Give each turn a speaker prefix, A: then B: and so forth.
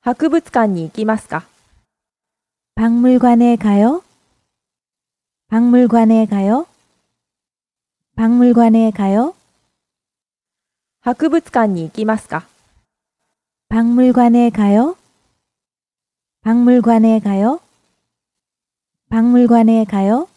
A: 博物館に行きますか
B: 박물관에 가요? 박물관에 가요? 박물관에 가요?
A: 博物館に行きますか
B: 박물관에 가요? 박물관에 가요? 박물관에 가요?